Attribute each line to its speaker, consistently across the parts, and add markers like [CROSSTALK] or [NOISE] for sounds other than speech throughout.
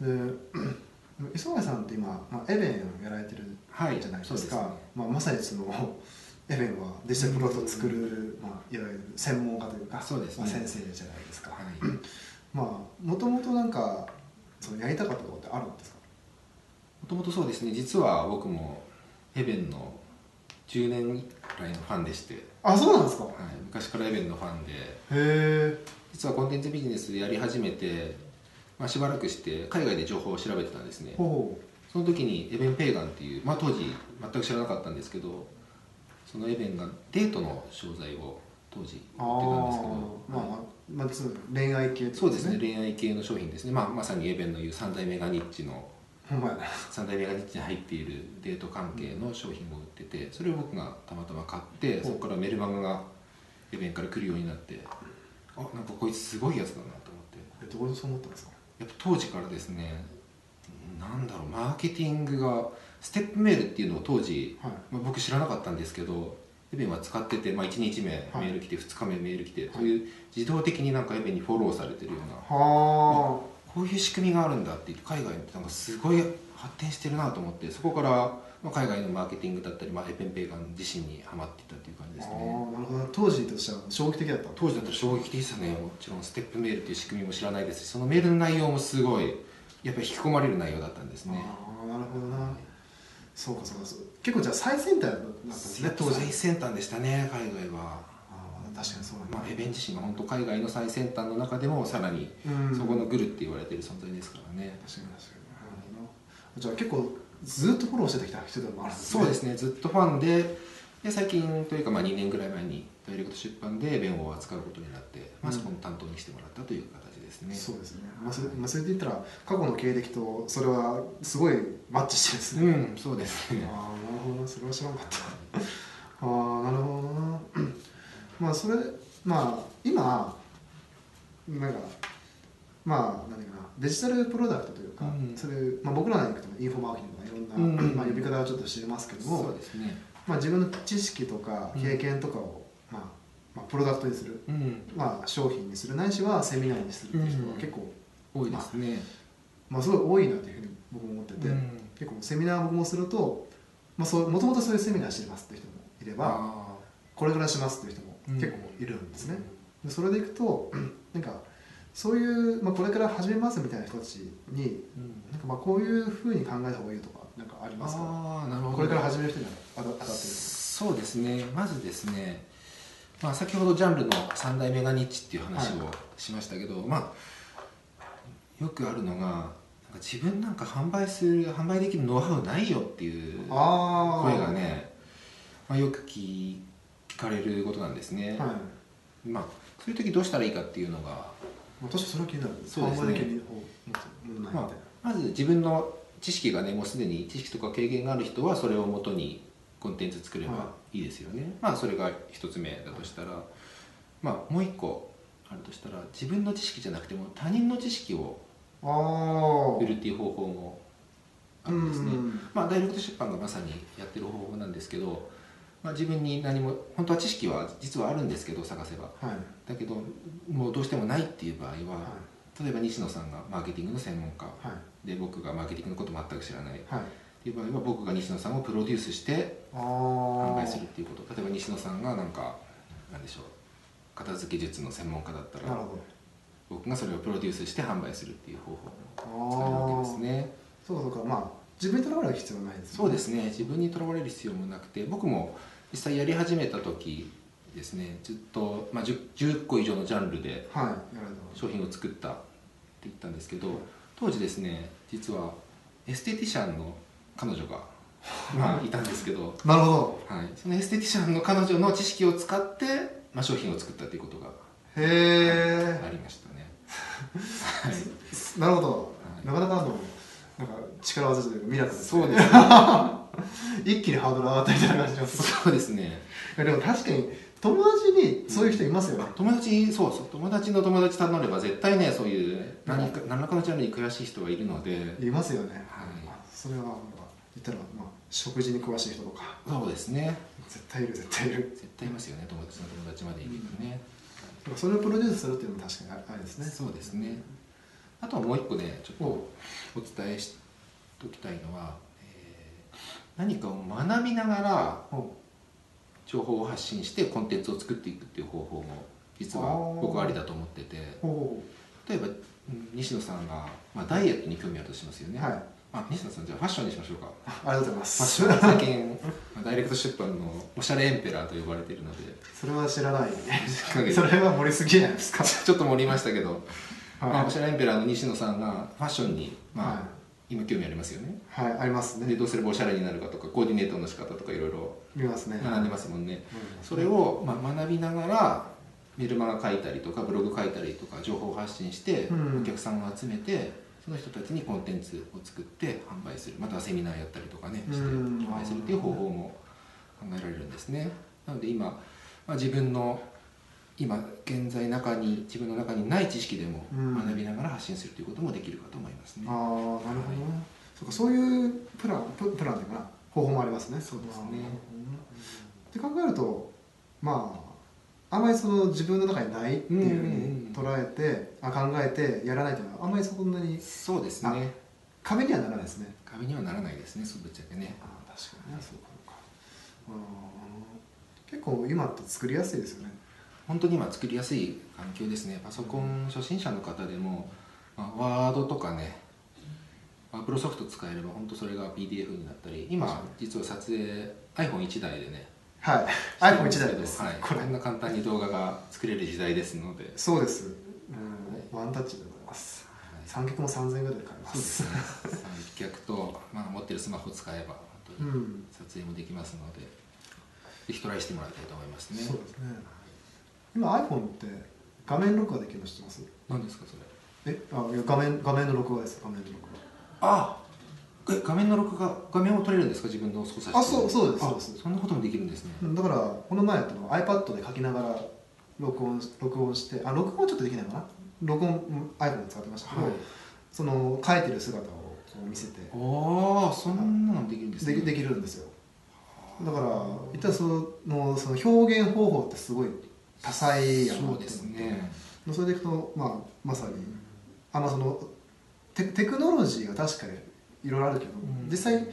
Speaker 1: で磯貝さんって今、まあ、エベンをやられてる
Speaker 2: はい
Speaker 1: じゃないで
Speaker 2: そう
Speaker 1: す
Speaker 2: です
Speaker 1: か、
Speaker 2: ね
Speaker 1: まあ、まさにそのエベンはデジタルプロダクトを作る、まあ、いわゆる専門家というか
Speaker 2: そうですね
Speaker 1: まあ、先生じゃないですか、
Speaker 2: はい
Speaker 1: まあもともとなんかそのやりたかったことってあるんですか
Speaker 2: もともとそうですね実は僕もヘベンの10年来のファンでして、
Speaker 1: あそうなんですかへ
Speaker 2: はい、昔からヘベンのファンで
Speaker 1: え
Speaker 2: 実はコンテンツビジネスやり始めて、まあ、しばらくして海外で情報を調べてたんですね
Speaker 1: ほ
Speaker 2: その時にエベン・ペーガンっていう、まあ、当時全く知らなかったんですけどそのエベンがデートの商材を当時売って
Speaker 1: うあ
Speaker 2: た
Speaker 1: あ
Speaker 2: んですけど
Speaker 1: まあまあ、まあ、その恋愛系って
Speaker 2: そ
Speaker 1: こ
Speaker 2: う
Speaker 1: と
Speaker 2: ですね恋愛系の商品ですね、まあ、まさにエベンのいう三大メガニッチの
Speaker 1: ほんまやな
Speaker 2: 三大メガニッチに入っているデート関係の商品を売っててそれを僕がたまたま買ってそこからメルマガがエベンから来るようになってあなんかこいつすごいやつだなと思って
Speaker 1: えどこでそう思ったんですか
Speaker 2: やっぱ当時からですねなんだろうマーケティングがステップメールっていうのを当時、
Speaker 1: はい
Speaker 2: まあ、僕知らなかったんですけどエベンは使ってて、まあ、1日目メール来て2日目メール来て、そういう自動的になんかエベンにフォローされてるような
Speaker 1: は
Speaker 2: こういう仕組みがあるんだって言って海外ってなんかすごい発展してるなと思ってそこから、まあ、海外のマーケティングだったり、まあ、エペンペーガン自身にはまっていったっていう感
Speaker 1: あ、
Speaker 2: じです
Speaker 1: ああ
Speaker 2: ね
Speaker 1: なるほど当時としては衝撃的だった
Speaker 2: 当時だったら衝撃的でしたねもちろんステップメールっていう仕組みも知らないですしそのメールの内容もすごいやっぱり引き込まれる内容だったんですね
Speaker 1: ああなるほどなそうかそうかそう結構じゃあ最先端だったんですね当時
Speaker 2: 最先端でしたね海外は、
Speaker 1: ああ確かにそうなんだ、
Speaker 2: まあ、エベン自身が本当海外の最先端の中でもさらに
Speaker 1: うん
Speaker 2: そこのグルって言われてる存在ですからね、
Speaker 1: 確かに確かになるほどなじゃあ結構ずっとフォローしてきた人でもあるんですね
Speaker 2: そうですねずっとファンでで最近というかまあ2年ぐらい前にダイレクト出版で弁護を扱うことになって、まあ、
Speaker 1: うん
Speaker 2: そこの担当にしてもらったという形ですね、
Speaker 1: そうですね、まあ、それまあそれで言ったら過去の経歴とそれはすごいマッチしてるんですね、
Speaker 2: うんそうですね
Speaker 1: ああなるほどなそれは知らなかったああなるほどなまあそれまあ今なんかまあ何かなデジタルプロダクトというか、
Speaker 2: うん
Speaker 1: それ、まあ、僕らなんかでもインフォマーケティングとかいろんな、
Speaker 2: うん
Speaker 1: まあ、呼び方はちょっとしてますけども
Speaker 2: そうですね
Speaker 1: まあ、自分の知識とか経験とかを、まあまあ、プロダクトにする、
Speaker 2: うん
Speaker 1: まあ、商品にするないしはセミナーにするっていう人
Speaker 2: う
Speaker 1: が
Speaker 2: ん
Speaker 1: 結構、
Speaker 2: 多いですね、
Speaker 1: まあ、すごい多いなというふうに僕も思ってて、
Speaker 2: うん
Speaker 1: 結構セミナー僕もするともともとそういうセミナーしてますっていう人もいれば
Speaker 2: あ
Speaker 1: これからいしますっていう人も結構いるんですね、でそれでいくと [CLEARS THROAT] なんかそういう、まあ、これから始めますみたいな人たちに
Speaker 2: ー、うん
Speaker 1: なんかまあこういうふうに考えた方がいいよとかなんかありますか
Speaker 2: あーなるほど
Speaker 1: これから始める人に当た当たってる
Speaker 2: そうですねまずですね、まあ、先ほどジャンルの三大メガニッチっていう話
Speaker 1: は
Speaker 2: をしましたけど、まあよくあるのがなんか自分なんか販売する販売できるノウハウないよっていう
Speaker 1: あー
Speaker 2: 声がね、まあ、よく聞聞かれることなんですね、
Speaker 1: はい
Speaker 2: まあそういう時どうしたらいいかっていうのが、
Speaker 1: まあ、確かにそれは気になる
Speaker 2: そうで
Speaker 1: あ
Speaker 2: すね
Speaker 1: んまり気にこう持つものないみた
Speaker 2: ま
Speaker 1: いな
Speaker 2: あ、まず自分の知識がねもうすでに知識とか経験がある人はそれをもとにコンテンツ作れば
Speaker 1: はい
Speaker 2: いですよね、まあそれが一つ目だとしたら、まあもう一個あるとしたら自分の知識じゃなくても他人の知識を
Speaker 1: あ
Speaker 2: 売るっていう方法もあ
Speaker 1: あ
Speaker 2: るんですね、
Speaker 1: うん
Speaker 2: まあ、ダイレクト出版がまさにやってる方法なんですけど、まあ、自分に何も本当は知識は実はあるんですけど探せば
Speaker 1: はい、はい
Speaker 2: だけどもうどうしてもないっていう場合は、例えば西野さんがマーケティングの専門家
Speaker 1: はい
Speaker 2: で僕がマーケティングのこと全く知らないっ
Speaker 1: はい
Speaker 2: ていう場合は僕が西野さんをプロデュースして
Speaker 1: あ
Speaker 2: 販
Speaker 1: あ
Speaker 2: 売するっていうこと例えば西野さんがなんかなんでしょう片付け術の専門家だった
Speaker 1: なる
Speaker 2: ら
Speaker 1: ほ
Speaker 2: 僕がそれをプロデュースして販売するっていう方法
Speaker 1: ど
Speaker 2: も
Speaker 1: ああ
Speaker 2: 使えるわけですね
Speaker 1: そうかそうかまあ自分にとらわれる必要はないですね
Speaker 2: そうですね自分にとらわれる必要もなくて僕も実際やり始めた時ですねずっと、まあ、10, 10個以上のジャンルで
Speaker 1: はいやられた
Speaker 2: 商品を作ったって言ったんですけど当時ですね実はエステティシャンの彼女 [LAUGHS] が、まあ、いたんですけど、
Speaker 1: なるほど
Speaker 2: はい、そのエステティシャンの彼女の知識を使って、まあ、商品を作ったということが
Speaker 1: へ
Speaker 2: あ
Speaker 1: え、
Speaker 2: りましたね、はい、
Speaker 1: なるほど、
Speaker 2: はい
Speaker 1: なかなかのなんか力技というかミラクルです
Speaker 2: そ
Speaker 1: ね
Speaker 2: うですね
Speaker 1: 一気にハードル上がったみたいな感じがします
Speaker 2: [LAUGHS] そうですね
Speaker 1: いやでも確かに友達にそういう人いますよね、
Speaker 2: 友達そうそう友達の友達頼めば絶対ねそういう何か何らかのジャンルに詳しい人はいるので
Speaker 1: いますよね、
Speaker 2: はい
Speaker 1: あそれはなんか言ったら、まあ、食事に詳しい人とか
Speaker 2: そうですね
Speaker 1: 絶対いる絶対いる
Speaker 2: 絶対いますよね友達の友達までいるよね、
Speaker 1: それをプロデュースするっていうのも確かにあれですね
Speaker 2: そうですね。あとはもう一個ねちょっと
Speaker 1: お
Speaker 2: お伝えしておきたいのは、えー何かを学びながら
Speaker 1: お
Speaker 2: 情報を発信してコンテンツを作っていくっていう方法も実は
Speaker 1: あー
Speaker 2: 僕はありだと思ってて
Speaker 1: お
Speaker 2: 例えばうん西野さんが、まあ、ダイエットに興味あるとしますよね、
Speaker 1: はい
Speaker 2: あ西野さんじゃあファッションにしましょうか
Speaker 1: あありがとうございま
Speaker 2: ファッ
Speaker 1: す
Speaker 2: ション最近 [LAUGHS] まあダイレクト出版のおしゃれエンペラーと呼ばれているので
Speaker 1: それは知らないね
Speaker 2: ち
Speaker 1: そ
Speaker 2: ょ
Speaker 1: れは盛りすぎじゃないですか
Speaker 2: ちょっと盛りましたけど、まあ、お
Speaker 1: は
Speaker 2: しゃれエンペラーの西野さんがファッションに、
Speaker 1: い、
Speaker 2: まあ
Speaker 1: は
Speaker 2: 今興味ありますよね
Speaker 1: い、はい、あります
Speaker 2: で
Speaker 1: ね
Speaker 2: どうすればおしゃれになるかとかコーディネートの仕方とかいろいろ
Speaker 1: 見ますね
Speaker 2: 学んでますもんね
Speaker 1: うん
Speaker 2: それを、まあ、学びながらメルマガ書いたりとかブログ書いたりとか情報を発信して、
Speaker 1: うん
Speaker 2: お客さんを集めてその人たちにコンテンツを作って販売するまたはセミナーやったりとかねして
Speaker 1: うん
Speaker 2: 販売するっていう方法も考えられるんですねなので今、まあ、自分の今現在中に自分の中にない知識でも
Speaker 1: うん
Speaker 2: 学びながら発信するということもできるかと思いますね、
Speaker 1: ああなるほどね、そうかそういうプランププランというかな方法もありますねそう
Speaker 2: ですね
Speaker 1: って考えるとまああまりその自分の中にないっていうふうに捉えて、あ考えてやらないというのはあんまりそんなに
Speaker 2: そうですね
Speaker 1: 壁にはならないですね
Speaker 2: 壁にはならないですねそうぶっちゃけね
Speaker 1: ああ確かにねそうかそうかうん結構今って作りやすいですよね
Speaker 2: 本当に今作りやすい環境ですねパソコン初心者の方でも、まあワードとかねアプロソフト使えれば本当それが PDF になったり今実は撮影 iPhone1 台でね
Speaker 1: はい iPhone1 台です、
Speaker 2: はい、
Speaker 1: こ
Speaker 2: こ
Speaker 1: れ
Speaker 2: んな簡単に動画が作れる時代ですので、
Speaker 1: そうです、うんワンタッチでございます三脚も3000円ぐらいで買えま
Speaker 2: そうですすね三脚と、まあ、持ってるスマホ使えば本当
Speaker 1: う
Speaker 2: に
Speaker 1: ん
Speaker 2: 撮影もできますのでぜひトライしてもらいたいと思います
Speaker 1: そう
Speaker 2: ね
Speaker 1: ですね今 iPhone って画面録画できるの知ってます
Speaker 2: 何ですかそれ
Speaker 1: えあいや画面画面の録画です画面の録
Speaker 2: あえ画面の録画画面を撮れるんですか自分の操作して
Speaker 1: あそうそうです
Speaker 2: あ
Speaker 1: そうです
Speaker 2: そんなこともできるんですね、
Speaker 1: 画うんだからこの前やったのは iPad で書きながら録音録音してあ録音はちょっとできないかな録音うん iPhone で使ってましたけど、その書いてる姿をこう見せて
Speaker 2: ああそんなのもできるんです
Speaker 1: できできるんですよだから一体そのその表現方法ってすごい多彩やなと
Speaker 2: そ
Speaker 1: 思っ
Speaker 2: う
Speaker 1: て
Speaker 2: ですね
Speaker 1: それでいくと、まあ、まさにあまあそのテテクノロジーが確かにいろいろあるけど、
Speaker 2: うん
Speaker 1: 実際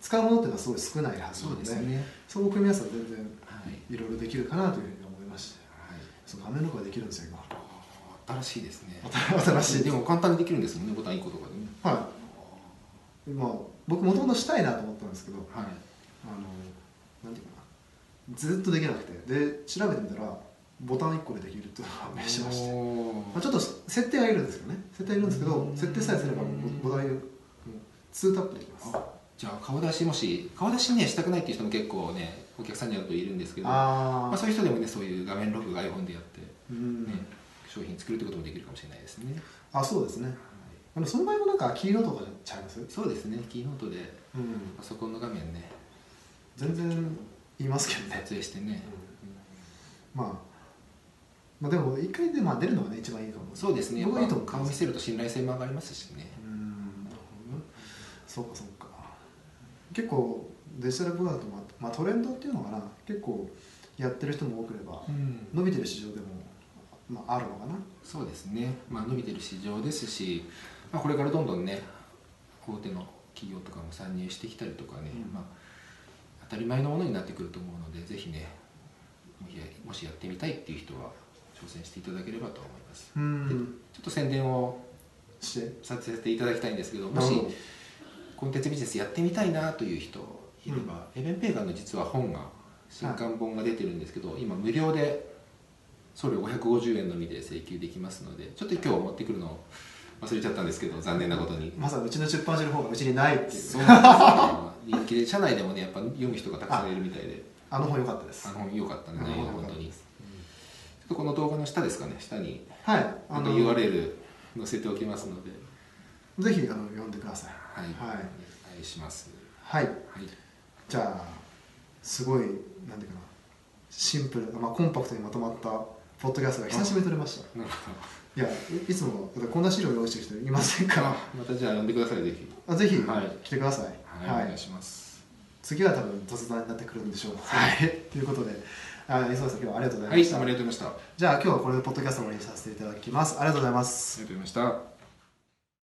Speaker 1: 使うものっていうのはすごい少ないはずな
Speaker 2: そう
Speaker 1: の
Speaker 2: で
Speaker 1: です
Speaker 2: ね
Speaker 1: そこを組み合わせたら全然
Speaker 2: はい、はい
Speaker 1: いろいろできるかなというふうに思いましてそう画面録画できるんですよ
Speaker 2: あー新しいですね
Speaker 1: 今新しい
Speaker 2: でも簡単にできるんですもんねボタン1個とかでね
Speaker 1: はいまあ僕もともとしたいなと思ったんですけど
Speaker 2: はい
Speaker 1: あのなんていうかなずっとできなくてで調べてみたらボタン1個でできるっていうのが判明しまして、まあ、ちょっと設定がいるんですけどね設定はいるんですけど
Speaker 2: うん
Speaker 1: 設定さえすればボボタンいるもう2タップできます
Speaker 2: あじゃあ顔出しもし顔出しねしたくないっていう人も結構ねお客さんに会うといるんですけど
Speaker 1: あ
Speaker 2: まあ、そういう人でもねそういう画面録画 iPhone でやって
Speaker 1: うん
Speaker 2: ね、商品作るってこともできるかもしれないですね。
Speaker 1: あそうですねあのその場合もなんか黄色とかちゃいます
Speaker 2: そうですね、キーノートで
Speaker 1: うん
Speaker 2: パソコンの画面ね、
Speaker 1: 全然言いますけどね、
Speaker 2: 撮影してね、
Speaker 1: まあ、まあでも一回でまあ出るのがね一番いいと思う
Speaker 2: そうですね、
Speaker 1: 僕はいいと思う
Speaker 2: 顔見せると信頼性も上がりますしね。
Speaker 1: うんなるほどねそうかそうか結構デジタルプロダクトもあって、まあ、トレンドっていうのかな結構やってる人も多ければ伸びてる市場でも、まあ、あるのかな
Speaker 2: そうですね、まあ、伸びてる市場ですし、まあ、これからどんどんね、大手の企業とかも参入してきたりとかね、
Speaker 1: うん
Speaker 2: まあ、当たり前のものになってくると思うので、ぜひね、もしやもしやってみたいっていう人は、挑戦していただければと思います。
Speaker 1: うん
Speaker 2: ちょっと宣伝を
Speaker 1: して
Speaker 2: させていただきたいんですけど、もし、コンテンツビジネスやってみたいなという人いれば、エベン・ペーガンの実は本が新刊本が出てるんですけど、今無料で送料550円のみで請求できますのでちょっと今日持ってくるの忘れちゃったんですけど残念なことに。
Speaker 1: まさにうちの出版社の方がうちにないっていう
Speaker 2: そうなんですよ人気で社内でもねやっぱ読む人がたくさんいるみたいで
Speaker 1: あの本良かったで
Speaker 2: あ
Speaker 1: す
Speaker 2: の本良かったね内容
Speaker 1: あの
Speaker 2: が本当
Speaker 1: 本良かった
Speaker 2: に
Speaker 1: で
Speaker 2: ちょっとこの動画の下ですかね下に
Speaker 1: はい
Speaker 2: あ
Speaker 1: あ
Speaker 2: の
Speaker 1: の
Speaker 2: URL 載せておきますので
Speaker 1: ぜひあの読んでください
Speaker 2: はい、
Speaker 1: はい
Speaker 2: お願いします
Speaker 1: はい
Speaker 2: はい
Speaker 1: じゃあすごいなんていうかなシンプルな、まあ、コンパクトにまとまったポッドキャストが久しぶりに撮れました
Speaker 2: なるほ
Speaker 1: いやいいつもだってこんな資料用意してる人いません
Speaker 2: ど [LAUGHS]
Speaker 1: か
Speaker 2: またじゃあ読んでくださいぜひ
Speaker 1: らあぜひ
Speaker 2: はい
Speaker 1: 来てください、
Speaker 2: はい、お願いします。
Speaker 1: 次は多分雑談になってくるんでしょうはいということであ磯部さん今日はありがとうござ
Speaker 2: は
Speaker 1: ま
Speaker 2: いい、
Speaker 1: した、
Speaker 2: ありがとうございました。あ
Speaker 1: じゃあ今日はこれでポッドキャストを終わりにさせていただきますありがとうございます
Speaker 2: りがとうございました。